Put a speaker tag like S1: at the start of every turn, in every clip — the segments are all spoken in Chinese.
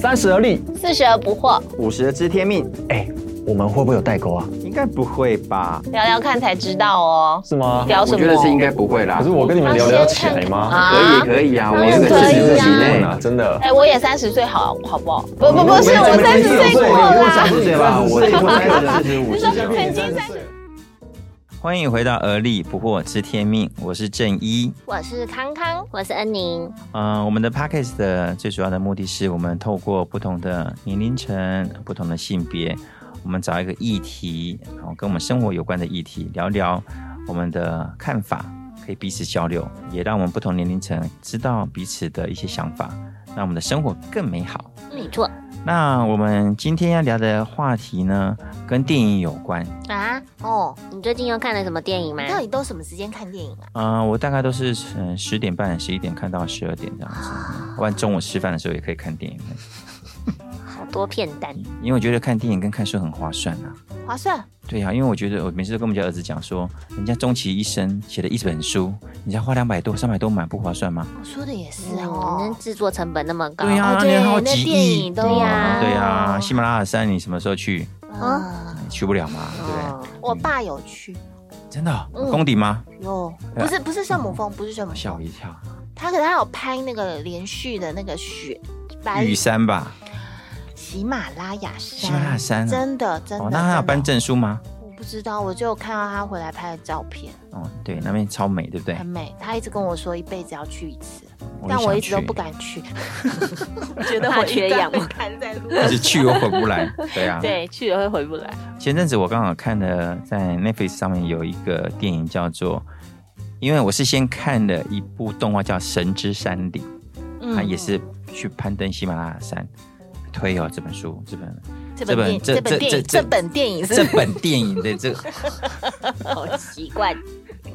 S1: 三十而立，
S2: 四十而不惑，
S3: 五十知天命，
S1: 哎，我们会不会有代沟啊？
S3: 应该不会吧？
S2: 聊聊看才知道哦。
S1: 是吗？
S2: 聊什
S4: 我
S2: 么？
S4: 觉得是应该不会啦
S1: 可是。我跟你们聊聊起来吗？
S2: 啊
S4: 可以可以啊，我
S2: 当然
S4: 这个
S2: 可
S4: 四
S2: 以
S4: 十
S2: 啊
S4: 几内
S1: 啊，真的。
S2: 哎、我也三十岁，好好不好？不不不是，
S1: 你们
S2: 我
S1: 你们
S2: 三十岁过
S1: 你
S3: 我
S1: 们
S3: 三
S2: 啦。
S3: 十岁吧，我我三十五
S2: 你
S3: 十
S2: 说曾经三十，
S3: 欢迎回到而立不惑知天命，我是正一。
S5: 我是康康，我是恩宁，
S3: 嗯、我们的 p a c k a g e 的最主要的目的是我们透过不同的年龄层、不同的性别，我们找一个议题，然后跟我们生活有关的议题，聊聊我们的看法，可以彼此交流，也让我们不同年龄层知道彼此的一些想法，让我们的生活更美好。
S5: 没错
S3: 那我们今天要聊的话题呢，跟电影有关。
S5: 啊。
S2: 哦，
S5: 你最近又看了什么电影吗？
S2: 到底都什么时间看电影啊？
S3: 啊、我大概都是嗯十点半、十一点看到十二点这样子，不然中午吃饭的时候也可以看电影，
S5: 好多片单，
S3: 因为我觉得看电影跟看书很划算啊。
S2: 划算？
S3: 对啊呀、因为我觉得我每次都跟我们家儿子讲说，人家终其一生写了一本书，你才花两百多、三百多买，不划算吗？
S2: 我说的也是
S5: 是哦，
S2: 哦
S5: 那。制作成本那么高，啊
S3: 对呀、啊
S2: 哦
S3: 你
S2: 对
S3: 还有
S2: 那
S3: 几
S2: 电
S3: 亿，
S2: 影都要
S3: 对啊呀、喜马拉雅山你什么时候去？
S2: 啊，
S3: 去不了嘛，对不
S5: 啊
S3: 对？
S2: 我爸有去，
S3: 真的哦、
S2: 哦嗯
S3: 功底吗？
S2: 有
S3: 对啊
S2: 不是不是圣母峰，不是圣母
S3: 吓我
S2: 峰，
S3: 一跳，
S2: 他可能他有拍那个连续的那个雪白
S3: 玉山吧？
S2: 喜马拉雅山，
S3: 喜马拉雅山啊
S2: 真的真的，
S3: 哦，那他有
S2: 真的
S3: 颁证书吗？
S2: 我不知道，我就有看到他回来拍的照片，
S3: 哦，对，那边超美，对不对
S2: 很？美。他一直跟我说一辈子要去一次，
S3: 我
S2: 但
S3: 也
S2: 我
S3: 想
S2: 一直都
S3: 去
S2: 不敢 去，我觉 得
S5: 怕
S2: 我
S5: 缺氧
S2: 吗？瘫在路
S3: 但是去又回不来，对啊。
S5: 对，去了会回不来。
S3: 前阵子我刚好看了在 Netflix 上面有一个电影叫做，因为我是先看了一部动画叫《神之山岭》，
S2: 嗯
S3: 它也是去攀登喜马拉雅山。推哦，这本书，这本
S2: 这
S3: 这本
S2: 本电
S3: 这
S2: 这本
S3: 这
S2: 电
S3: 这
S2: 影
S3: 这这
S2: 这本电影是
S3: 本电影的这
S5: 好奇怪，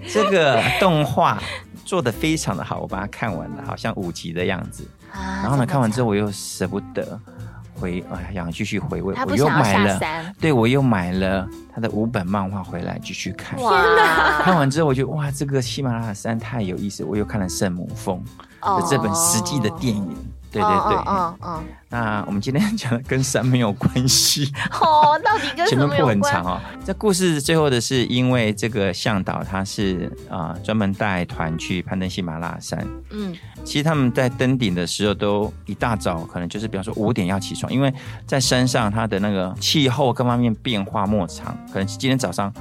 S3: 这个动画做的非常的好，我把它看完了，好像五集的样子。
S2: 啊
S3: 然后呢，看完之后我又舍不得回，哎，想继续回味，
S2: 他
S3: 我
S2: 不
S3: 又
S2: 想要
S3: 买
S2: 下
S3: 了。
S2: 山，
S3: 对，我又买了他的五本漫画回来继续看。
S2: 哇！
S3: 看完之后，我觉得哇，这个喜马拉雅山太有意思，我又看了《圣母峰》的 这本实际的电影。对对对，
S2: 哦嗯嗯嗯，
S3: 那我们今天讲的跟山没有关系，
S2: 哦，到底跟什
S3: 前面
S2: 么
S3: 铺
S2: 有
S3: 很
S2: 关
S3: 长？哦。这故事最后的是因为这个向导他是啊、呃专门带团去攀登喜马拉雅山，
S2: 嗯，
S3: 其实他们在登顶的时候都一大早，可能就是比方说五点要起床，因为在山上它的那个气候各方面变化莫长，可能今天早上，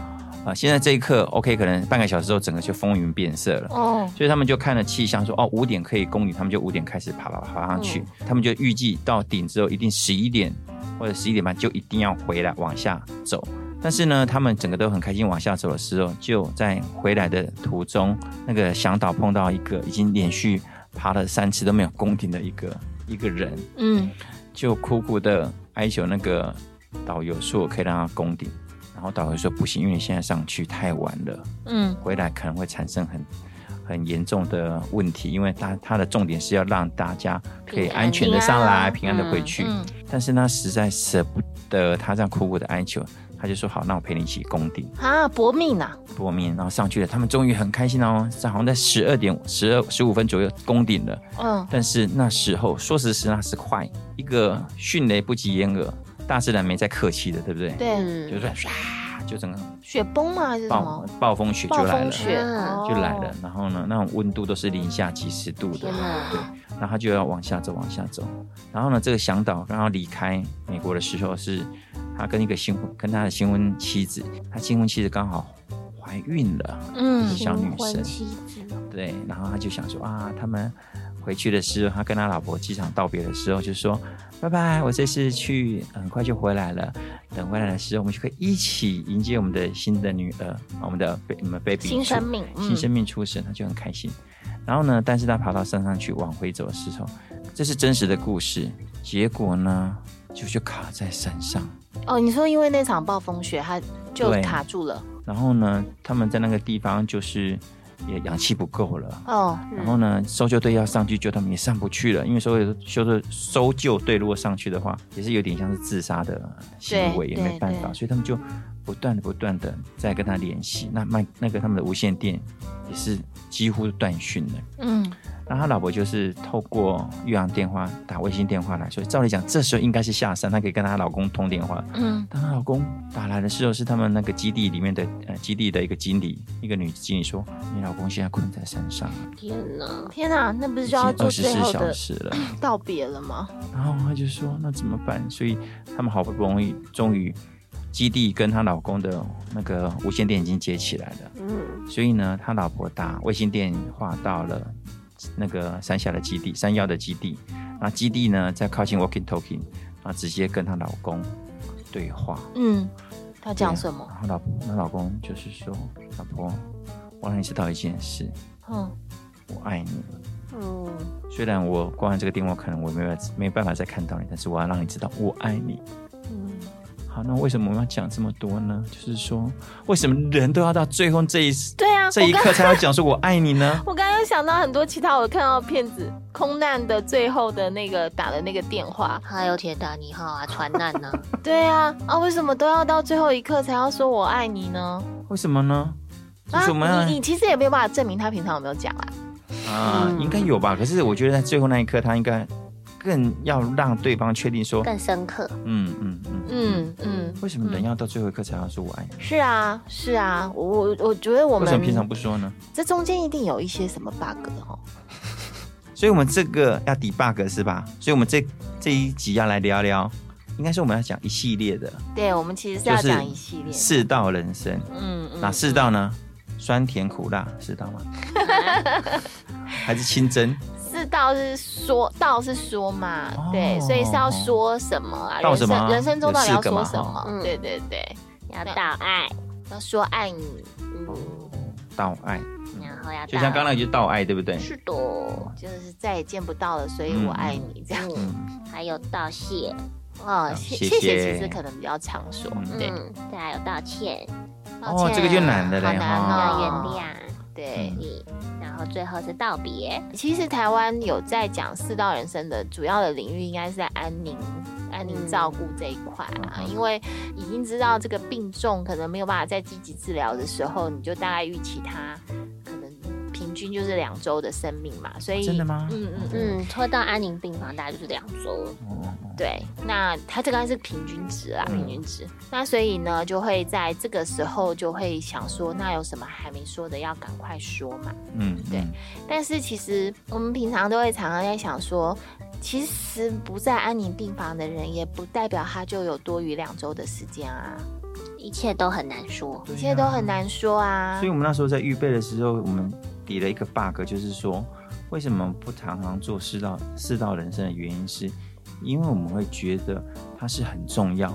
S3: 啊、现在这一刻 OK，可能半个小时之后整个就风云变色了。
S2: 哦，
S3: 所以他们就看了气象说，哦五点可以攻顶，他们就五点开始爬爬爬爬上去，
S2: 嗯
S3: 他们就预计到顶之后一定十一点或者十一点半就一定要回来往下走。但是呢，他们整个都很开心往下走的时候，就在回来的途中，那个向导碰到一个已经连续爬了三次都没有攻顶的一个一个人，
S2: 嗯，
S3: 就苦苦的哀求那个导游说可以让他攻顶，然后导游说不行，因为你现在上去太晚了。
S2: 嗯，
S3: 回来可能会产生很很严重的问题，因为它它的重点是要让大家可以
S5: 平安
S3: 安全的上来，平
S5: 平
S3: 安
S5: 安
S3: 的回去。
S2: 嗯
S3: 但是呢，实在舍不得他这样苦苦的哀求，他就说好，那我陪你一起攻顶
S2: 啊，搏命啊，
S3: 破面，然后上去了。他们终于很开心哦，在好像在十二点十二十五分左右攻顶了。
S2: 嗯，
S3: 但是那时候说时迟那时快，一个迅雷不及掩耳，大自然没在客气的，对不对？
S2: 对，
S3: 就
S5: 嗯，
S3: 是唰，就整个
S2: 雪崩吗？还是什
S3: 暴
S2: 么？
S3: 暴风雪就
S2: 暴
S3: 来了
S2: 风。雪
S5: 嗯
S3: 就来了。然后呢，那种温度都是零下几十度的
S5: 天，哪
S3: 对。然后他就要往下走，往下走。然后呢，这个向导刚要离开美国的时候是，他跟一个新婚，跟他的新婚妻子，他新婚妻子刚好怀孕了，
S2: 嗯
S3: 是小女生。
S5: 妻子，
S3: 对，然后他就想说啊，他们回去的时候，他跟他老婆机场道别的时候就说，拜拜，我这次去很快就回来了，等回来的时候我们就可以一起迎接我们的新的女儿，啊我们的 ba- 我们 baby
S2: 新生命，
S3: 新
S2: 嗯，
S3: 生命出生，他就很开心。然后呢，但是他爬到山上去往回走的时候，这是真实的故事。结果呢，就就卡在山上。
S2: 哦，你说因为那场暴风雪，它就
S3: 对
S2: 卡住了，
S3: 然后呢，他们在那个地方就是也氧气不够了。
S2: 哦，
S3: 然后呢，搜救队要上去救他们也上不去了，因为搜救搜救搜救队如果上去的话，也是有点像是自杀的行为，也
S2: 对
S3: 没办法，
S2: 对
S3: 所以他们就不断的不断的在跟他联系。那麦那个他们的无线电也是几乎断讯了。
S2: 嗯，
S3: 那他老婆就是透过岳阳电话打卫星电话来，所以照理讲这时候应该是下山，她可以跟她老公通电话。
S2: 嗯
S3: 当她老公打来的时候，是他们那个基地里面的呃基地的一个经理，一个女经理说：“你老公现在困在山上，
S5: 天哪，
S2: 天哪，那不是
S3: 已
S2: 就
S3: 经
S2: 要做
S3: 二十
S2: 最
S3: 四
S2: 后
S3: 小
S2: 的
S3: 时了。”
S2: 道别了吗？
S3: 然后她就说：“那怎么办？”所以他们好不容易终于基地跟她老公的那个无线电已经接起来了。
S5: 嗯，
S3: 所以呢，他老婆打卫星电话到了那个山下的基地，山腰的基地，那基地呢在靠近 Walking Talking，啊，直接跟她老公对话。
S2: 嗯，他
S3: 对啊
S2: 讲什么？
S3: 然后老那老公就是说，老婆，我让你知道一件事，
S2: 嗯，
S3: 我爱你。
S2: 哦
S5: 嗯，
S3: 虽然我挂完这个电话，可能我没有没办法再看到你，但是我要让你知道我爱你。
S5: 嗯，
S3: 好，那为什么我们要讲这么多呢？就是说，为什么人都要到最后这一
S2: 对啊，
S3: 这一
S2: 我刚
S3: 刻才要讲说我爱你呢？
S2: 我刚刚想到很多其他我看到的片子，空难的最后的那个打的那个电 话，
S5: 还有铁达尼号啊，船难呐、啊，
S2: 对啊，啊，为什么都要到最后一刻才要说我爱你呢？
S3: 为什么呢？就
S2: 啊，
S3: 是我们要
S2: 你你其实也没有办法证明他平常有没有讲啊。
S3: 啊、
S5: 嗯
S3: 应该有吧？可是我觉得在最后那一刻，他应该更要让对方确定说，
S5: 更深刻。
S3: 嗯嗯嗯
S2: 嗯嗯，
S3: 为什么人
S2: 嗯
S3: 要到最后一刻才要说我爱你？
S2: 是啊是啊，我我我觉得我
S3: 为什
S2: 们
S3: 么平常不说呢？
S2: 这中间一定有一些什么 bug 哦。
S3: 所以我们这个要 debug 是吧？所以我们这这一集要来聊聊，应该是我们要讲一系列的
S2: 对，我们其实是要
S3: 就是
S2: 讲一系列。
S3: 世道人生，
S2: 嗯嗯
S3: 哪世道呢？酸甜苦辣，世道 吗？还是清蒸？
S2: 是道是说道是说嘛，
S3: 哦
S2: 对，所以是要说什么啊？
S3: 道
S2: 人
S3: 什
S2: 生
S3: 么啊
S2: 人生中到底要
S3: 有
S2: 说
S3: 四
S2: 什
S3: 个嘛
S2: 么？
S5: 嗯
S2: 对对对，
S5: 要到爱，
S2: 要说爱你，
S5: 嗯，
S3: 道爱，
S5: 然后要
S3: 就像刚
S5: 才
S3: 才就道爱，对不对？
S5: 是的，
S2: 就是再也见不到了，所以我爱你这样。
S5: 嗯，还有道谢，
S2: 哦，谢
S3: 谢谢
S2: 谢谢，其实可能比较常说，
S3: 嗯
S2: 对，
S5: 嗯，再还有道歉，
S2: 抱
S3: 哦
S2: 歉
S3: 这个就难了嘞
S2: 好难
S5: 要
S2: 哦，
S5: 原谅
S2: 对，
S5: 你，然后最后是道别，
S2: 其实台湾有在讲四道人生的主要的领域，应该是在安宁、安宁照顾这一块啦、
S3: 嗯
S2: 因为已经知道这个病重可能没有办法再积极治疗的时候，你就大概预期它可能平均就是两周的生命嘛，所以、
S3: 真的吗
S2: 嗯嗯嗯，
S5: 嗯，拖到安宁病房大概就是两周，
S3: 哦哦
S2: 对，那它这个是平均值啦，
S3: 嗯
S2: 平均值。那所以呢，就会在这个时候就会想说，那有什么还没说的，要赶快说嘛。
S3: 嗯，
S2: 对
S3: 嗯
S2: 但是其实我们平常都会常常在想说，其实不在安宁病房的人，也不代表他就有多余两周的时间啊，
S5: 一切都很难说，
S3: 对
S2: 一切都很难说啊
S3: 所以。我们那时候在预备的时候，我们抵了一个 bug，就是说，为什么不常常做世道世道人生的原因是，因为我们会觉得它是很重要，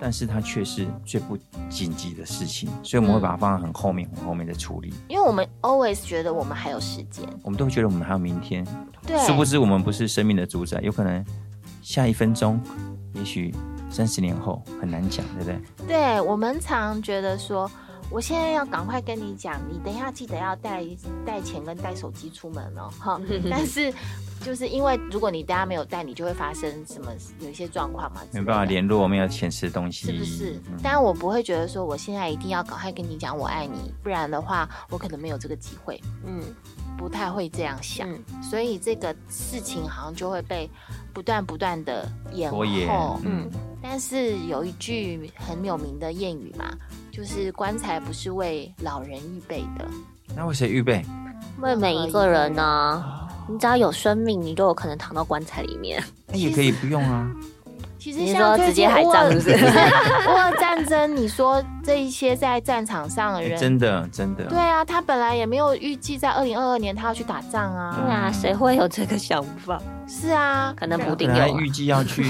S3: 但是它却是最不紧急的事情，所以我们会把它放在很后面、很后面的处理。
S2: 因为我们 always 觉得我们还有时间，
S3: 我们都会觉得我们还有明天，
S2: 对，
S3: 殊不知我们不是生命的主宰，有可能下一分钟，也许三十年后很难讲，对不对？
S2: 对我们常觉得说，我现在要赶快跟你讲，你等一下记得要带带钱跟带手机出门哦， 哈。但是就是因为如果你等一下没有带，你就会发生什么有一些状况嘛，
S3: 没有办法
S2: 连。
S3: 联络，没有钱吃东西，
S2: 是不是
S3: 嗯？
S2: 但我不会觉得说我现在一定要赶快跟你讲我爱你，不然的话我可能没有这个机会，
S5: 嗯
S2: 不太会这样想。
S5: 嗯
S2: 所以这个事情好像就会被不断不断的延后。
S3: 拖延，嗯
S5: 嗯。
S2: 但是有一句很有名的谚语嘛，就是棺材不是为老人预备的。
S3: 那为谁预备？
S5: 为每一个人呢、你只要有生命，你都有可能躺到棺材里面。
S3: 那也可以不用 啊。
S2: 其实
S5: 你
S2: 像
S5: 说
S2: 最
S5: 直
S2: 近
S5: 接海
S2: 乌
S5: 葬
S2: 尔
S5: 是不是？
S2: 乌尔战争，你说这一些在战场上的
S3: 哎
S2: 人，
S3: 真的，真的。
S2: 对啊，他本来也没有预计在二零二二年他要去打仗啊。
S5: 对啊，谁会有这个想法？
S2: 是啊，
S5: 可能
S3: 他
S5: 不
S3: 本
S5: 定有、
S3: 来
S5: 啊。
S3: 预计要去，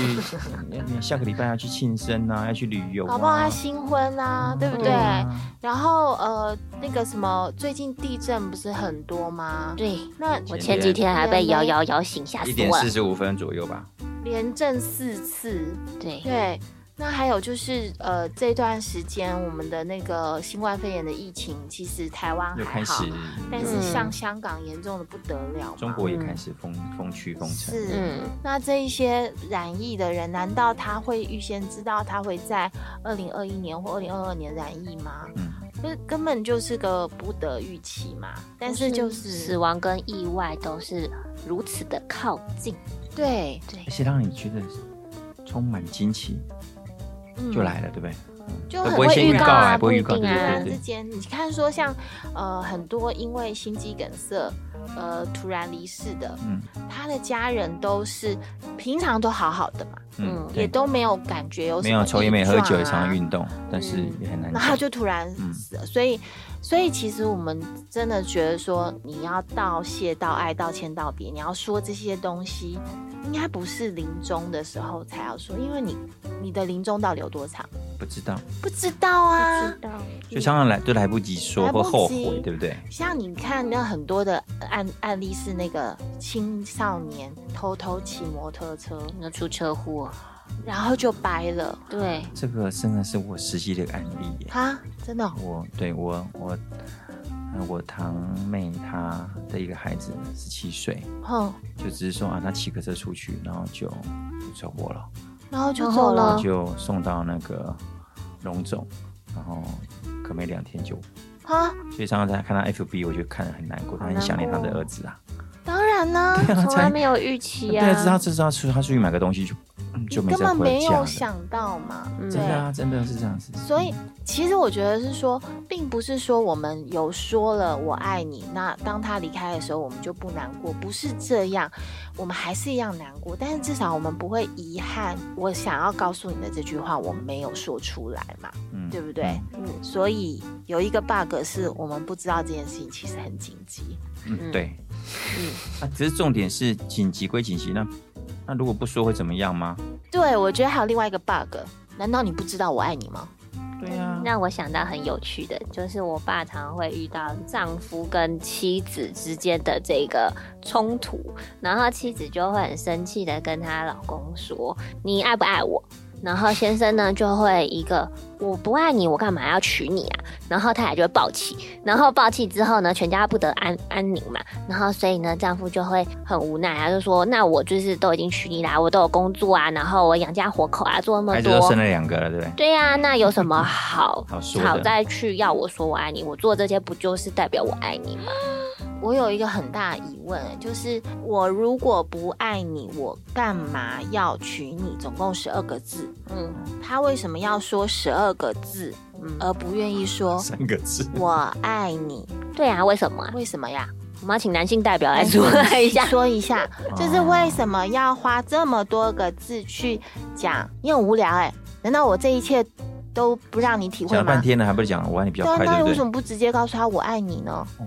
S3: 嗯下个礼拜要去庆生啊，要去旅游、啊，
S2: 搞不好他新婚啊，
S5: 嗯
S2: 对不对？
S3: 啊
S2: 然后呃，那个什么，最近地震不是很多吗？
S5: 对，
S2: 那
S5: 我前几天还被摇摇摇醒，吓死
S3: 一点
S5: 我
S3: 四
S5: 了。
S3: 十五分左右吧。
S2: 连震四次，
S5: 对，
S2: 对。那还有就是呃，这段时间我们的那个新冠肺炎的疫情，其实台湾
S3: 又
S2: 还
S3: 开
S2: 好
S3: 始，，
S2: 但
S3: 有
S2: 是
S5: 嗯
S2: 像香港严重的不得了嘛。
S3: 中国也开始封封区封城。
S2: 是，
S5: 嗯，
S2: 那这一些染疫的人，难道他会预先知道他会在二零二一年或二零二二年染疫吗？
S3: 嗯，
S2: 就是根本就是个不得预期嘛。但是就是
S5: 死亡跟意外都是如此的靠近，
S2: 对，
S5: 对
S3: 而，且让你觉得充满惊奇
S2: 嗯
S3: 就来了，对不对？
S2: 就
S3: 都
S2: 很
S3: 不会
S2: 会
S3: 先
S2: 预
S3: 预
S2: 告
S3: 告
S2: 啊，
S3: 啊不会
S2: 一
S3: 预告
S2: 定
S3: 对
S2: 啊。
S3: 对对
S2: 之间你看说像呃很多因为心肌梗塞呃突然离世的，
S3: 嗯
S2: 他的家人都是平常都好好的嘛，
S5: 嗯
S3: 嗯，
S2: 也
S3: 对，
S2: 都没有感觉有什
S3: 没
S2: 么
S3: 有抽烟，没
S2: 异
S3: 喝
S2: 状
S3: 酒，也
S2: 啊
S3: 常运动，但是
S5: 嗯
S3: 也很难
S2: 然后
S3: 讲。
S2: 就突然
S3: 嗯
S2: 死了。所以，所以其实我们真的觉得说，你要道谢、道爱、道歉、道别，你要说这些东西，应该不是临终的时候才要说，因为你你的临终到底有多长，
S3: 不知道，
S2: 不知道啊。
S5: 知道，
S3: 就常常来都来不及说
S2: 来
S3: 或
S2: 不
S3: 后
S2: 及
S3: 悔，对不对？
S2: 像你看那很多的案案例是那个青少年偷偷骑摩托车，
S5: 那出车祸，
S2: 然后就掰了
S5: 对，
S3: 这个真的是我实际的一个案例耶。
S2: 啊，真的哦、
S3: 我对我我、呃我堂妹她的一个孩子十七岁，
S2: 哼，
S3: 就只是说啊，她骑个车出去，然后就出车祸了，
S2: 然后就
S5: 然
S2: 走
S5: 后呢
S2: 了
S5: 哦
S3: 就送到那个龙总，然后可没两天就。
S2: 啊，
S3: 所以常常在看她 FB，我就看得很难过，她很想念她的儿子啊。
S2: 哦当然呢、
S3: 她
S5: 从来
S3: 才
S5: 没有预期
S3: 对
S5: 啊，
S3: 啊，知道知道出她出去买个东西就嗯
S2: 你
S3: 就没
S2: 根
S3: 再
S2: 本
S3: 回
S2: 没
S3: 家
S2: 有
S3: 了。
S2: 想到嘛，
S5: 嗯
S3: 真
S2: 对
S3: 的啊，真的是这样子。
S2: 所以，其实我觉得是说，并不是说我们有说了“我爱你”，那当他离开的时候，我们就不难过，不是这样，我们还是一样难过，但是至少我们不会遗憾。我想要告诉你的这句话，我没有说出来嘛，
S3: 嗯
S2: 对不对？？
S5: 嗯
S2: 所以有一个 bug 是我们不知道这件事情其实很紧急，
S3: 嗯，
S5: 嗯
S3: 对，
S2: 嗯
S3: 嗯，啊，只是重点是紧急归紧急，那那如果不说会怎么样吗？
S2: 对我觉得还有另外一个 bug，难道你不知道我爱你吗？
S3: 对啊呀、
S5: 让我想到很有趣的，就是我爸常常会遇到丈夫跟妻子之间的这个冲突，然后妻子就会很生气的跟她老公说：“你爱不爱我？”然后先生呢就会一个我不爱你，我干嘛要娶你啊？然后他俩就会暴气，然后暴气之后呢，全家不得安安宁嘛。然后所以呢，丈夫就会很无奈啊，就说：“那我就是都已经娶你啦，我都有工作啊，然后我养家活口啊，做那么
S3: 孩子
S5: 多，
S3: 都生了两个了，对不对？
S5: 对呀、那有什么好
S3: 好说的
S5: 好再去要我说我爱你？我做这些不就是代表我爱你吗？
S2: 我有一个很大的疑问，就是我如果不爱你，我干嘛要娶你？总共十二个字，
S5: 嗯
S2: 他为什么要说十二个字，
S5: 嗯，
S2: 而不愿意说，
S3: 三个字
S2: 我爱你？
S5: 对啊，为什么啊？
S2: 为什么呀？。
S5: 我们要请男性代表来说一下
S2: 说一下，
S3: 哦
S2: 就是为什么要花这么多个字去讲？你很无聊哎、难道我这一切都不让你体
S3: 讲
S2: 会
S3: 了半
S2: 吗？啊
S3: 天了，还不是讲我爱你比较快，
S2: 那
S3: 对
S2: 你
S3: 不
S2: 为什
S3: 对？
S2: 么不直接告诉他我爱你呢？
S3: 哦，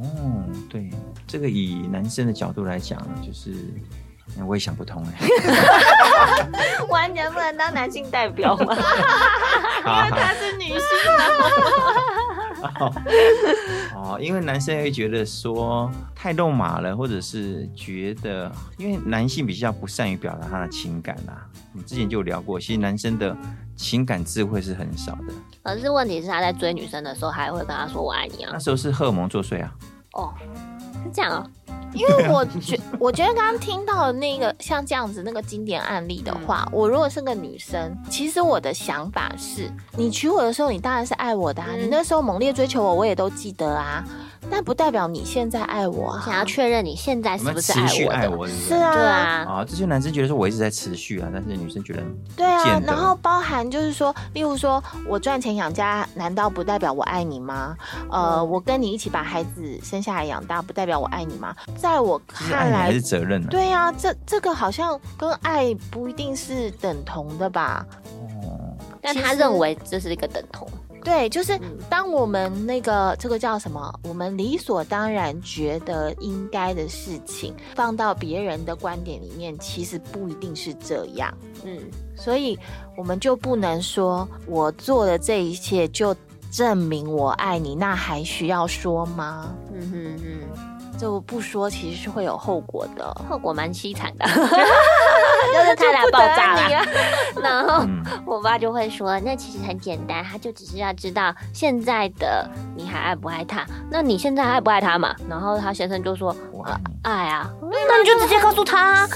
S3: 对，这个以男生的角度来讲，啊就是。嗯我也想不通哎、
S5: 完全不能当男性代表吗？
S3: 哈 哈
S2: 是女性，
S3: 哦，因为男生会觉得说太肉麻了，或者是觉得，因为男性比较不善于表达他的情感啦、我们之前就有聊过，其实男生的情感智慧是很少的，
S5: 可是问题是他在追女生的时候，还会跟她说我爱你啊
S3: 那？时候是荷尔蒙作祟啊。
S5: 哦，是这样哦。
S2: 因为我觉我觉得刚刚听到的那个像这样子那个经典案例的话，我如果是个女生，其实我的想法是，你娶我的时候，你当然是爱我的啊，
S5: 嗯
S2: 你那时候猛烈追求我，我也都记得啊，但不代表你现在爱我啊，
S5: 想要确认你现在
S3: 我
S5: 是
S3: 们
S5: 不是
S3: 持续爱
S5: 爱我
S3: 我，
S5: 的？
S3: 对不
S2: 是
S3: 对？
S5: 对
S2: 啊。
S5: 啊，
S3: 啊，这些男生觉得说我一直在持续啊，但是女生觉得
S2: 对啊
S3: 见，得
S2: 然后包含就是说，例如说我赚钱养家，难道不代表我爱你吗？呃，我跟你一起把孩子生下来养大，不代表我爱你吗？在我
S3: 就是
S2: 看
S3: 爱你还
S2: 来
S3: 是，责任呢、啊。
S2: 对呀、这这个好像跟爱不一定是等同的吧？
S3: 哦，
S5: 但
S2: 其
S5: 他
S2: 实
S5: 认为这是一个等同。
S2: 对，就是
S5: 嗯
S2: 当我们那个这个叫什么，我们理所当然觉得应该的事情，放到别人的观点里面，其实不一定是这样，
S5: 嗯，
S2: 所以我们就不能说我做的这一切就证明我爱你，那还需要说吗？
S5: 嗯哼
S2: 这我不说其实是会有后果的，
S5: 哼，后果蛮凄惨的， 就是他俩爆炸
S2: 不得啊
S5: 了，然 后
S3: 嗯，
S5: 我爸就会说，那其实很简单，他就只是要知道现在的你还爱不爱他，那你现在还爱不爱他嘛？然后他先生就说
S3: 我爱你。
S5: 爱啊，那你就直接告诉 他啊，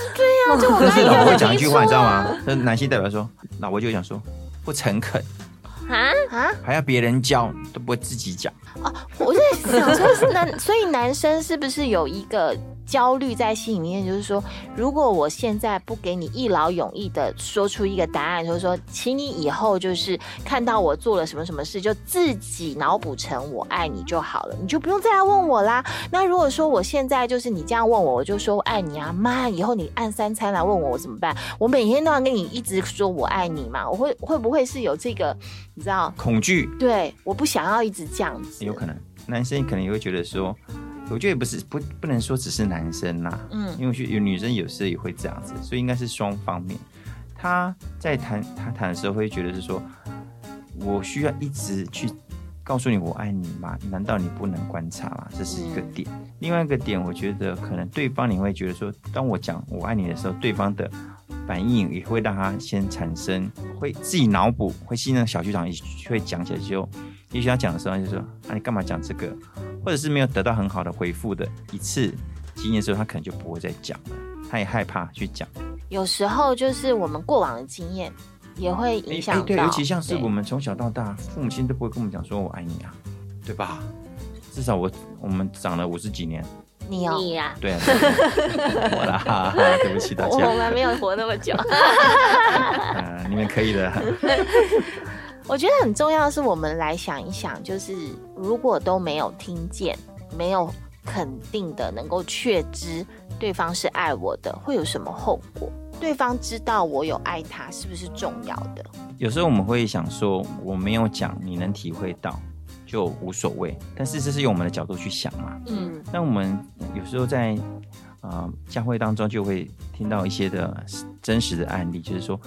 S2: 就我
S3: 但是
S2: 刚
S3: 老婆
S2: 刚有
S3: 会讲一句话，你知道
S2: 说啊
S3: 吗？那男性代表说，老婆就会讲说不诚恳，
S5: 哈，
S2: 啊？
S3: 还要别人教，都不会自己讲。
S2: 我在想说，是男，所以男生是不是有一个焦虑在心里面？就是说，如果我现在不给你一劳永逸的说出一个答案，就是说，请你以后就是看到我做了什么什么事，就自己脑补成我爱你就好了，你就不用再来问我啦。那如果说我现在就是你这样问我，我就说我爱你啊，妈，以后你按三餐来问我，我怎么办？我每天都要跟你一直说我爱你嘛，我会会不会是有这个，你知道？
S3: 恐惧
S2: 对，我不想要一直这样子，
S3: 有可能，男生可能也会觉得说，我觉得也不是不不能说只是男生啦，
S2: 嗯
S3: 因为我觉得有女生有时候也会这样子，所以应该是双方面。他在谈他谈的时候会觉得是说，我需要一直去告诉你我爱你吗？难道你不能观察吗？这是一个点。另外一个点，我觉得可能对方你会觉得说，当我讲我爱你的时候，对方的反应也会让他先产生会自己脑补，会信任小剧场，也会讲起来就，也许他讲的时候他就说啊你干嘛讲这个，或者是没有得到很好的回复的一次经验之后，他可能就不会再讲了，他也害怕去讲。
S2: 有时候就是我们过往的经验也会
S3: 哎
S2: 影响到、
S3: 对，尤其像是
S2: 对
S3: 我们从小到大，父母亲都不会跟我们讲说我爱你啊，对吧？至少我我们长了五十几年，
S2: 你哦，
S5: 你呀、
S3: 对啊，对啊我啦，哈哈对不起大
S5: 我
S3: 家，
S5: 们没有活那么久。
S3: 啊，你们可以的。
S2: 我觉得很重要的是我们来想一想，就是如果都没有听见，没有肯定的能够确知对方是爱我的，会有什么后果？对方知道我有爱他，是不是重要的？
S3: 有时候我们会想说，我没有讲，你能体会到就无所谓，但是这是用我们的角度去想嘛。
S2: 嗯
S3: 那我们有时候在啊教会当中就会听到一些的真实的案例，就是说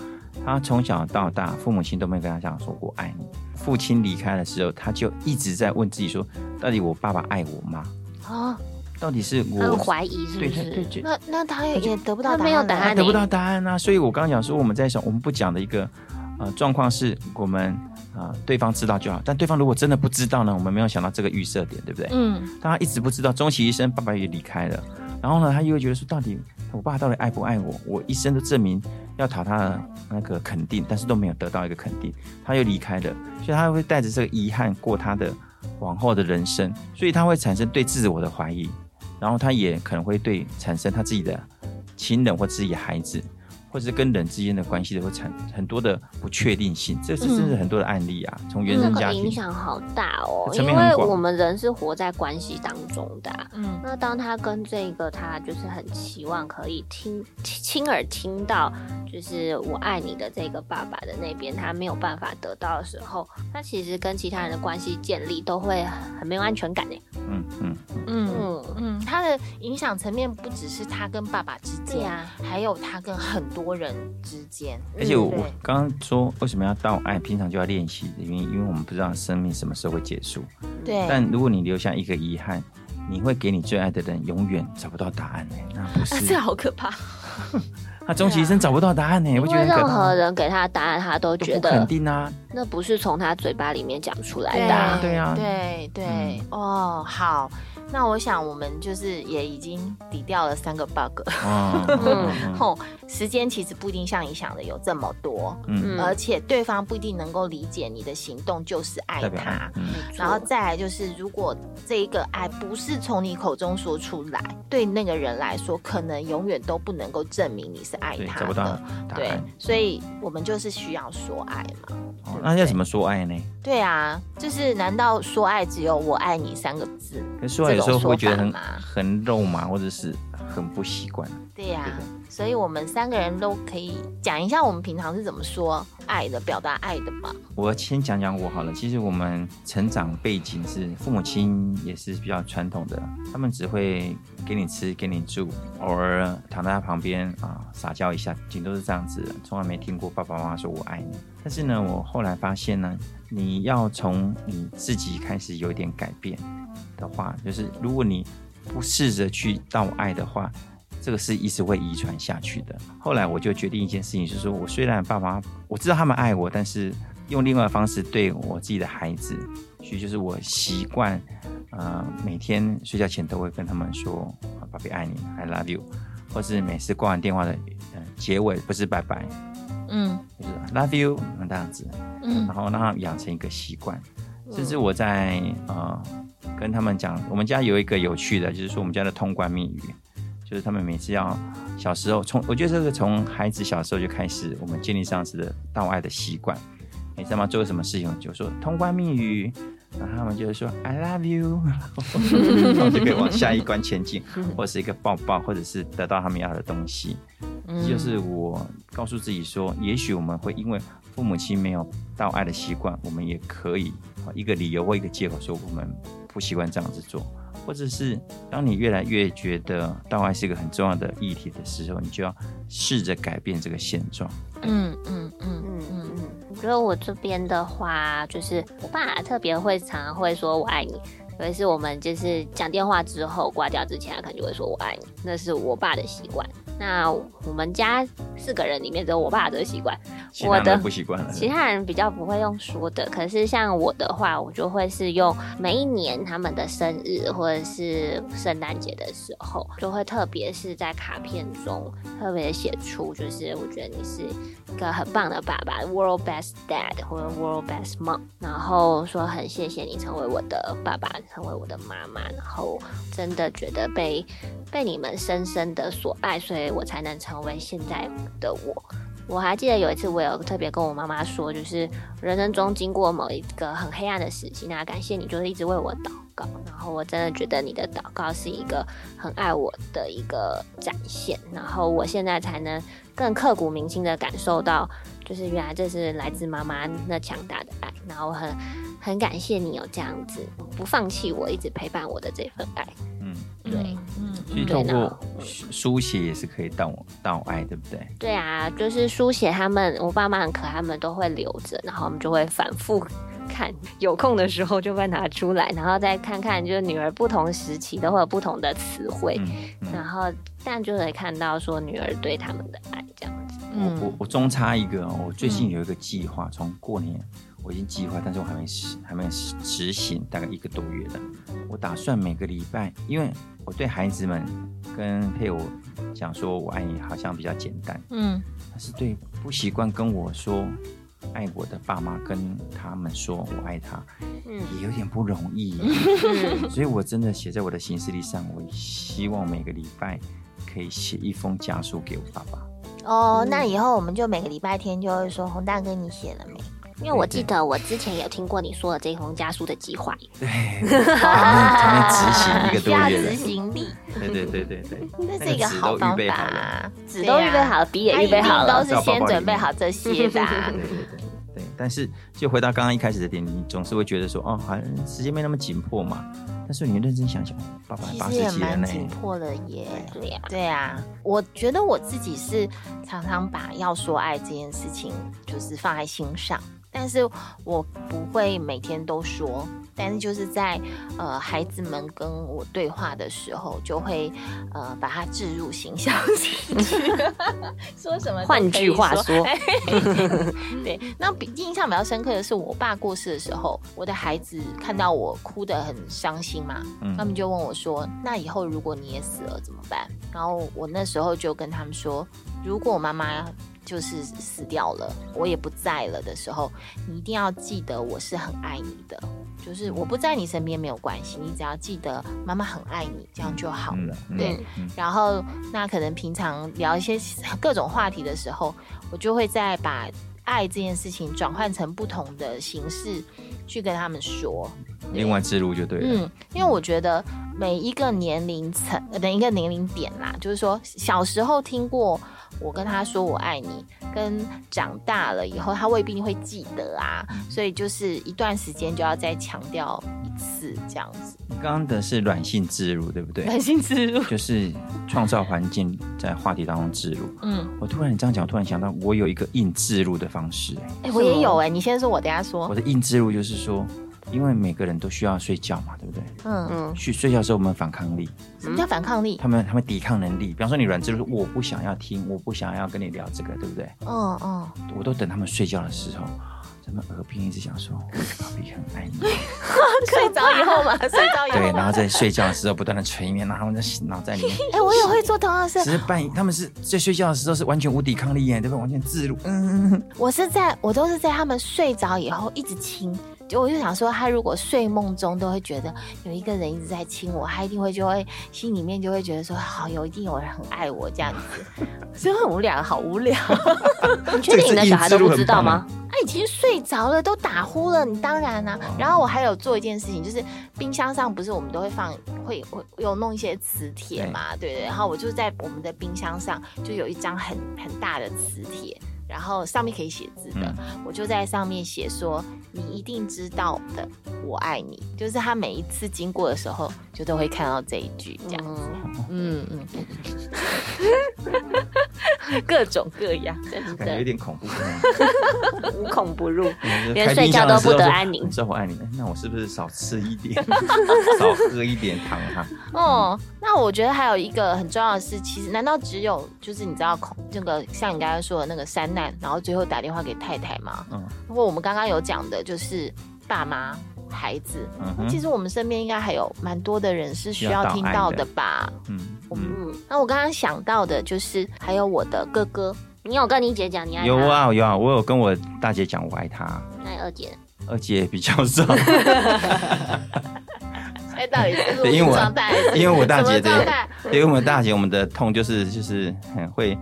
S3: 他从小到大，父母亲都没有跟他讲说“我爱你”。父亲离开的时候，他就一直在问自己说：到底我爸爸爱我吗？
S5: 哦
S2: 啊，
S3: 到底是
S5: 他
S3: 我
S5: 很怀疑是
S3: 对
S5: 不
S3: 对对
S5: 是？
S3: 对，
S2: 那那他也也得不到答案
S5: 他没有答
S2: 啊
S5: 案
S3: 他得不到答案啊。所以我刚刚讲说，我们在想，我们不讲的一个呃状况是我们啊、呃对方知道就好，但对方如果真的不知道呢，我们没有想到这个预设点，对不对？
S2: 嗯
S3: 当他一直不知道，终其一生，爸爸也离开了。然后呢，他又会觉得说，到底我爸到底爱不爱我？我一生都证明要讨他的那个呃肯定，但是都没有得到一个肯定，他又离开了，所以他会带着这个遗憾过他的往后的人生，所以他会产生对自我的怀疑，然后他也可能会对产生他自己的亲人或自己的孩子，或者是跟人之间的关系的会产很多的不确定性，这是真的是很多的案例啊，从原
S5: 那
S3: 生
S5: 个
S3: 家
S2: 嗯
S3: 庭
S5: 影。响好大哦，
S3: 层
S5: 因
S3: 面很
S5: 为
S3: 广
S5: 我们人是活在关系当中的啊、
S2: 嗯
S5: 那当他跟这个他就是很期望可以听亲耳听到，就是我爱你的这个爸爸的那边，他没有办法得到的时候，他其实跟其他人的关系建立都会很没有安全感哎。
S3: 嗯嗯，
S2: 嗯
S5: 嗯，
S2: 嗯，他的影响层面不只是他跟爸爸之间，
S5: 对啊呀、
S2: 还有他跟很多人之间。
S3: 而且我
S2: 嗯对
S3: 我刚刚说为什么要道爱，平常就要练习的原因，因为我们不知道生命什么时候会结束。
S2: 对，
S3: 但如果你留下一个遗憾，你会给你最爱的人永远找不到答案呢、那不
S2: 啊
S3: 是
S2: 好可怕。
S3: 他终其一生找不到答案呢、
S2: 啊
S5: 因
S3: 我觉得
S5: 为
S3: 很可
S5: 任
S3: 怕
S5: 何
S3: 吗
S5: 人给他的答案，他都
S3: 都
S5: 觉
S3: 不肯
S5: 得
S3: 定啊。
S5: 那不是从他嘴巴里面讲出来
S2: 对
S5: 的啊、
S3: 对啊
S2: 对对，哦，好，那我想我们就是也已经抵掉了三个 bug，
S3: 嗯嗯嗯
S2: 吼、时间其实不一定像你想的有这么多，
S3: 嗯
S5: 嗯
S2: 而且对方不一定能够理解你的行动就是爱
S3: 代表
S2: 他。
S3: 爱。嗯
S5: 错
S2: 然后再来就是，如果这一个爱不是从你口中说出来，对那个人来说，可能永远都不能够证明你是爱
S3: 对，
S2: 他
S3: 找不到
S2: 的。
S3: 答
S2: 对
S3: 案。，嗯
S2: 所以我们就是需要说爱嘛。
S3: 哦那要怎么说爱呢？
S2: 对啊，就是难道说爱只有“我爱你”三个字？
S3: 可是说爱有时候
S2: 这种
S3: 会觉得
S2: 说
S3: 很
S2: 法嘛
S3: 很肉麻，或者是很不习惯。
S2: 对呀、
S3: 对的
S2: 所以我们三个人都可以讲一下我们平常是怎么说爱的，表达爱的嘛。
S3: 我先讲讲我好了。其实我们成长背景是父母亲也是比较传统的，他们只会给你吃，给你住，偶尔躺在他旁边啊撒娇一下，顶多是这样子，从来没听过爸爸妈妈说我爱你。但是呢，我后来发现呢，你要从你自己开始有点改变的话，就是如果你不试着去道爱的话，这个是一直会遗传下去的。后来我就决定一件事情，就是说我虽然爸妈我知道他们爱我，但是用另外的方式对我自己的孩子，所以就是我习惯，呃，每天睡觉前都会跟他们说啊“爸比爱你 ”，I love you，或是每次挂完电话的、呃、结尾不是拜拜，
S2: 嗯
S3: 就是 love you 那这样子，
S2: 嗯
S3: 然后让他们养成一个习惯。甚至我在呃跟他们讲，我们家有一个有趣的，就是说我们家的通关密语，就是他们每次要小时候从，我觉得这个从孩子小时候就开始，我们建立这样子的道爱的习惯。每次他们做什么事情，我就说通关密语，然后他们就会说 I love you，然 后然后我就可以往下一关前进，或是一个抱抱，或者是得到他们要的东西。
S2: 嗯
S3: 就是我告诉自己说，也许我们会因为父母亲没有到爱的习惯，我们也可以啊一个理由或一个借口说我们不习惯这样子做，或者是当你越来越觉得到爱是一个很重要的议题的时候，你就要试着改变这个现状。
S2: 嗯嗯嗯
S5: 嗯
S2: 嗯
S5: 嗯嗯，我觉得我这边的话，就是我爸特别会常常会说我爱你。尤其是我们就是讲电话之后挂掉之前，他可能就会说我爱你，那是我爸的习惯。那我们家四个人里面只有我爸这个习惯，
S3: 其他
S5: 我的
S3: 人不习惯了，
S5: 其他人比较不会用说的，可是像我的话，我就会是用每一年他们的生日或者是圣诞节的时候，就会特别是在卡片中特别写出，就是我觉得你是一个很棒的爸爸，World Best Dad 或者 World Best Mom，然后说很谢谢你成为我的爸爸，成为我的妈妈，然后真的觉得被被你们深深的所爱，所以我才能成为现在的我。我还记得有一次，我有特别跟我妈妈说，就是人生中经过某一个很黑暗的时期，那感谢你，就是一直为我祷告。然后我真的觉得你的祷告是一个很爱我的一个展现。然后我现在才能更刻骨铭心的感受到，就是原来这是来自妈妈那强大的爱。然后我很很感谢你有这样子不放弃我，一直陪伴我的这份爱。
S3: 嗯，
S2: 嗯，
S5: 对
S2: 嗯，
S3: 所以
S5: 对
S3: 透
S5: 呢
S3: 过书书写也是可以到到爱，对不对？
S5: 对啊，就是书写他们，我爸妈很可爱，他们都会留着，然后我们就会反复看，有空的时候就会拿出来，然后再看看，就是女儿不同时期都会有不同的词汇，
S3: 嗯
S5: 然
S3: 嗯，
S5: 后但就可以看到说女儿对他们的爱这样子。
S2: 嗯
S3: 我我我中插一个
S5: 嗯
S3: 哦，我最近有一个计划，从过年我已经计划，但是我还没实还没实执行，大概一个多月了。我打算每个礼拜，因为我对孩子们跟配偶讲说我爱你好像比较简单，
S2: 嗯
S3: 但是对不习惯跟我说爱我的爸妈跟他们说我爱他，
S5: 嗯
S3: 也有点不容易 耶。
S2: 嗯
S3: 所以我真的写在我的行事历上，我希望每个礼拜可以写一封家书给我爸爸。
S2: 哦，
S5: 嗯
S2: 那以后我们就每个礼拜天就会说红蛋哥你写了没？
S5: 因为我记得我之前有听过你说的这封家书的计划，
S3: 对，才能才能执行一个
S2: 需啊要
S3: 多
S2: 执
S3: 月了。
S2: 行力，
S3: 对对对对对，
S2: 这是一
S3: 纸
S2: 好
S3: 都
S2: 方
S3: 预备好了。
S2: 法。啊
S5: 纸都预备好了，笔也
S2: 他
S5: 预
S2: 一
S5: 备
S2: 定
S5: 好了
S2: 都，是先准备好这些的 啊。
S3: 对对对对对，但是就回到刚刚一开始的点，你总是会觉得说，哦，好像时间没那么紧迫嘛。但是你认真想想，爸爸
S2: 其
S3: 八
S2: 实
S3: 十
S2: 也
S3: 几了
S2: 蛮
S3: 呢，
S2: 紧迫的耶。
S5: 对呀、
S2: 对啊，我觉得我自己是常常把要说爱这件事情就是放在心上，但是我不会每天都说，但是就是在呃孩子们跟我对话的时候，就会呃把它置入形象进去，说什么都可以说？
S5: 换句话说
S2: 哎对，那比印象比较深刻的是，我爸过世的时候，我的孩子看到我哭得很伤心嘛，
S3: 嗯
S2: 他们就问我说：“那以后如果你也死了怎么办？”然后我那时候就跟他们说：“如果我妈妈就是死掉了，我也不在了的时候，你一定要记得我是很爱你的，就是我不在你身边没有关系，你只要记得妈妈很爱你，这样就好了。
S3: 嗯
S2: 对，
S3: 嗯
S2: 然后那可能平常聊一些各种话题的时候，我就会再把爱这件事情转换成不同的形式去跟他们说。
S3: 另外之路就对了。
S2: 嗯，因为我觉得每一个年龄层、呃每一个年龄点啦，就是说小时候听过我跟他说我爱你，跟长大了以后他未必会记得啊，所以就是一段时间就要再强调一次这样子，
S3: 刚刚的是软性之路，对不对？
S2: 软性植入。
S3: 就是创造环境在话题当中置入。
S2: 嗯，
S3: 我突然这样讲，我突然想到，我有一个硬置入的方式、哎
S2: 哎、我也有哎、你先说，我等一下说
S3: 我。的硬置入就是说，因为每个人都需要睡觉嘛，对不对？
S2: 嗯，
S5: 嗯，
S3: 去睡觉的时候，我们反抗力，
S2: 什么叫反抗力？
S3: 他们他们抵抗能力。比方说你软植入，我不 想要听，我不想要跟你聊这个，对不对？
S2: 嗯嗯
S3: 我都等他们睡觉的时候，他们耳边一直想说，爸比很爱你，
S2: 睡着以后嘛，睡着以后
S3: 对，
S2: 嘛
S3: 然后在睡觉的时候不断的催眠，然后在脑袋里面。
S2: 哎、我也会做同样的事
S3: 只，是半夜，他们是在睡觉的时候是完全无抵抗力耶，对不对？完全自如，嗯，
S2: 我是在我都是在他们睡着以后一直亲，就我就想说，他如果睡梦中都会觉得有一个人一直在亲我，他一定会就会心里面就会觉得说，好有一定有人很爱我这样子， 所以很无聊，好无聊。
S5: 你确定你的小孩都不知道
S3: 啊
S5: 吗？
S2: 他已经睡着了，都打呼了，你当然啦、啊然后我还有做一件事情，就是冰箱上不是我们都会放，会会有弄一些磁铁嘛，对对。然后我就在我们的冰箱上就有一张很很大的磁铁，然后上面可以写字的，我就在上面写说：“你一定知道的，我爱你。”就是他每一次经过的时候，就都会看到这一句这样。嗯嗯，
S5: 各种各样，真
S3: 感觉有
S5: 的
S3: 点恐怖。
S5: 无孔不入。
S3: 嗯
S5: 连
S3: 开
S5: 睡
S3: 冰
S5: 觉
S3: 箱的
S5: 都
S3: 时候
S5: 不得
S3: 说
S5: 安宁
S3: 你知道我爱你们，那我是不是少吃一 点，少喝一点啊糖哈？
S2: 哦，那我觉得还有一个很重要的是，其实难道只有就是你知道恐那个像你刚才说的那个三难，然后最后打电话给太太吗？
S3: 嗯
S2: 不过我们刚刚有讲的就是爸妈、孩子，
S3: 嗯
S2: 那其
S3: 哼，
S2: 实我们身边应该还有蛮多的人是需要听到的吧？
S3: 嗯嗯，
S2: 嗯，那我刚刚想到的就是还有我的哥哥，
S5: 你有跟你姐讲你爱她？
S3: 有。啊有啊，我有跟我大姐讲我爱她，
S5: 那二姐，
S3: 二姐比较 少，
S2: 哎，到底 是
S3: 对因为我
S2: 状态还是
S3: 因为我大姐
S2: 什么状
S3: 的
S2: 态，
S3: 因为我们大姐我们的痛就是就是很会。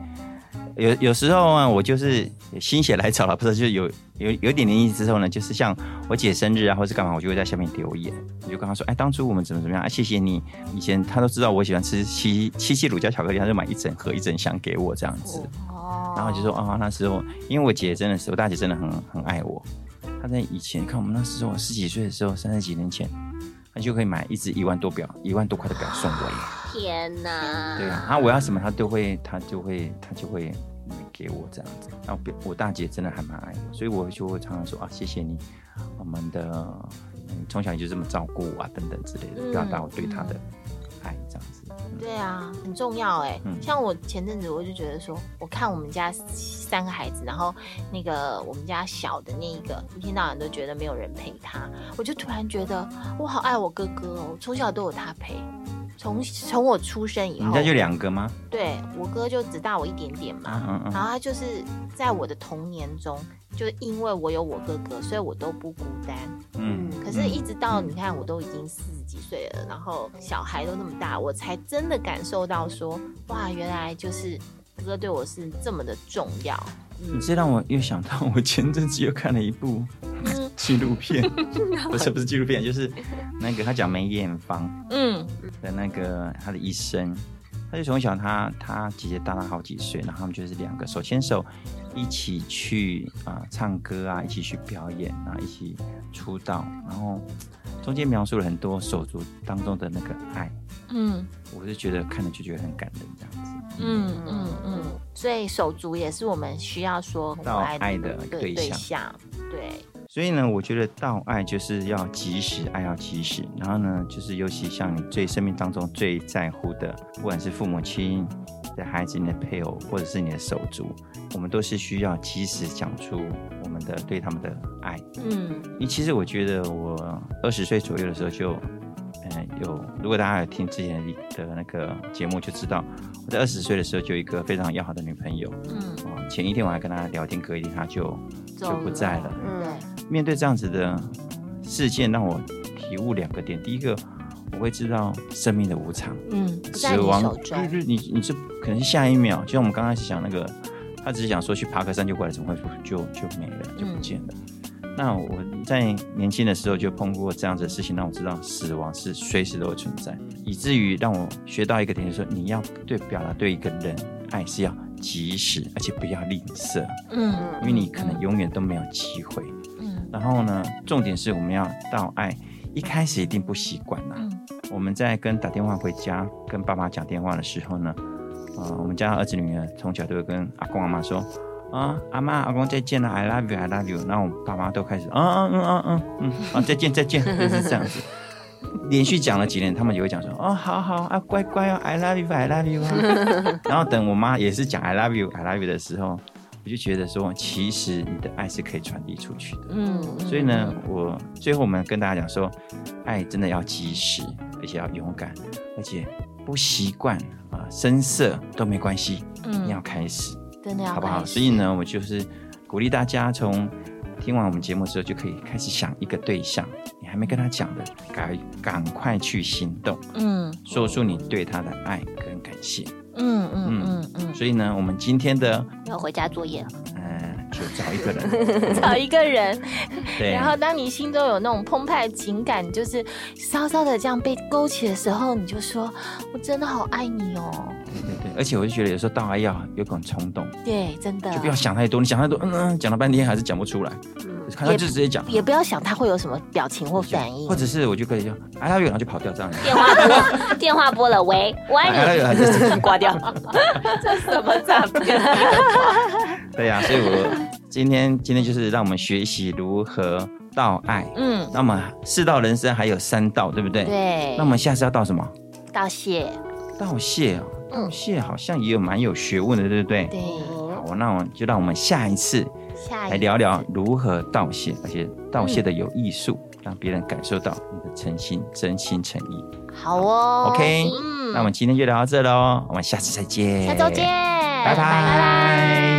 S3: 有有时候啊，我就是心血来潮了，不是就有有有一点年纪之后呢，就是像我姐生日啊，或是干嘛，我就会在下面留言，我就跟她说，哎，当初我们怎么怎么样，啊，谢谢你，以前她都知道我喜欢吃七七七乳加巧克力，她就买一整盒一整箱给我这样子，
S2: 哦
S3: 然后就说啊、那时候因为我姐真的是，我大姐真的很很爱我。她在以前，看我们那时候十几岁的时候，三十几年前，她就可以买一只一万多表、一万多块的表送我耶。
S5: 天哪！
S3: 对啊，她我要什么，她都会，她就会，她就会给我这样子。然后我大姐真的还蛮爱我，所以我就会常常说啊，谢谢你，我们的嗯从小你就这么照顾我啊，等等之类的，
S2: 嗯
S3: 表达我对她的爱这样子。嗯
S2: 对啊，很重要哎、
S3: 嗯
S2: 像我前阵子我就觉得说，我看我们家三个孩子，然后那个我们家小的那一个，一天到晚都觉得没有人陪他，我就突然觉得我好爱我哥哥哦，我从小都有他陪。从从我出生以
S3: 你们
S2: 后，
S3: 家就两个吗？
S2: 对我哥就只大我一点点嘛，
S3: 嗯嗯
S2: 然后他就是在我的童年中，就因为我有我哥哥，所以我都不孤单。
S3: 嗯嗯。
S2: 可是，一直到
S3: 嗯
S2: 你看，我都已经四十几岁了，然后小孩都那么大，我才真的感受到说，哇，原来就是哥哥对我是这么的重要。
S3: 嗯你这让我又想到，我前阵子又看了一部
S2: 嗯
S3: 纪录 片，不是不是纪录片，就是那个他讲梅艳芳
S2: 嗯
S3: 的那个他的一生，他就从小他他姐姐大他好几岁，然后他们就是两个手牵手一起去啊、唱歌啊，一起去表演啊，然后一起出道，然后中间描述了很多手足当中的那个爱，
S2: 嗯
S3: 我是觉得看了就觉得很感人这样子。
S2: 嗯嗯嗯，所以手足也是我们需要说很
S3: 到爱的
S2: 嗯对
S3: 对
S2: 对
S3: 象
S2: 象，对，
S3: 所以呢，我觉得道爱就是要及时，爱要及时。然后呢，就是尤其像你最生命当中最在乎的，不管是父母亲、你的孩子、你的配偶，或者是你的手足，我们都是需要及时讲出我们的对他们的爱。
S2: 嗯
S3: 因为其实我觉得我二十岁左右的时候就，嗯，有如果大家有听之前的那个节目就知道，我在二十岁的时候就有一个非常要好的女朋友。
S2: 嗯，
S3: 哦，前一天我还跟她聊天，隔一天她就就
S2: 走嗯
S3: 不在了。
S2: 对，
S3: 面对这样子的事件，让我体悟两个点。第一个，我会知道生命的无常，
S2: 嗯，不在
S3: 死
S2: 你
S3: 亡
S2: 手
S3: 就
S2: 中，
S3: 是你，你是可能是下一秒，就像我们刚开始讲那个，他只是想说去爬个山就过来，怎么会就就就没了，就
S2: 嗯
S3: 不见了。那我在年轻的时候就碰过这样子的事情，让我知道死亡是随时都会存在，以至于让我学到一个点，就是说你要对表达对一个人爱是要及时，而且不要吝啬，
S2: 嗯
S3: 因为你可能永远都没有机会。
S2: 嗯
S3: 然后呢，重点是我们要道爱，一开始一定不习惯啦。
S2: 嗯
S3: 我们在跟打电话回家跟爸妈讲电话的时候呢，呃，我们家儿子女儿从小都会跟阿公阿妈说。啊，阿妈、阿公再见了，I love you，I love you。然后我爸妈都开始，嗯嗯嗯嗯嗯嗯，啊，再见再 见，就是这样子。连续讲了几年，他们也会讲说，哦，好好啊，乖乖哦，I love you，I love you 啊。然后等我妈也是讲 I love you，I love you 的时候，我就觉得说，其实你的爱是可以传递出去的。
S5: 嗯，
S3: 所以呢，我最后我们跟大家讲说，爱真的要及时，而且要勇敢，而且不习惯啊、深色都没关系，你要
S2: 嗯，
S3: 开始，
S2: 真的要
S3: 好不
S2: 开
S3: 好？
S2: 始
S3: 所以，呢，我就是鼓励大家从听完我们节目之后，就可以开始想一个对象，你还没跟他讲的，赶赶快去行动，
S2: 嗯
S3: 说出你对他的爱跟感谢。
S2: 嗯嗯嗯嗯，
S3: 所以呢，我们今天的
S5: 要回家作业了，
S3: 嗯、呃，就找一个
S2: 嗯
S3: 人，
S5: 找一个人，
S3: 对，
S2: 然后，当你心中有那种澎湃的情感，就是稍稍的这样被勾起的时候，你就说：“我真的好爱你哦。
S3: 对对，而且我就觉得有时候大爱要有种冲动。”
S5: 嗯
S2: 对，真的
S3: 就，不要想太多，你想太多，嗯嗯，讲了半天还是讲不出来，
S5: 嗯，
S3: 看到就直接讲，
S2: 也不要想他会有什么表情或反应，
S3: 或者是我就可以就哎他远了就跑掉这样子，
S5: 电话拨， 电话拨了，喂，我
S3: 哎他
S5: 爱你，
S3: 远了就
S5: 挂掉，这什么诈骗？
S3: 对呀、所以我今天今天就是让我们学习如何道爱。
S2: 嗯，
S3: 那么世道人生还有三道，对不对？。
S2: 对
S3: 那我，们下次要道什么？
S2: 道谢，
S3: 道谢哦，
S2: 嗯
S3: 道谢好像也有蛮有学问的，对不对？
S2: 对，
S3: 好，那我就让我们下一次
S2: 下一
S3: 来
S2: 个
S3: 聊聊如何道谢，而且道谢的有艺术，让别人感受到你的诚心、真心诚意。
S2: 好哦
S3: OK，
S2: 嗯
S3: 那我们今天就聊到这喽，我们下次再见，
S2: 下周见，
S3: 拜拜，
S2: 拜拜。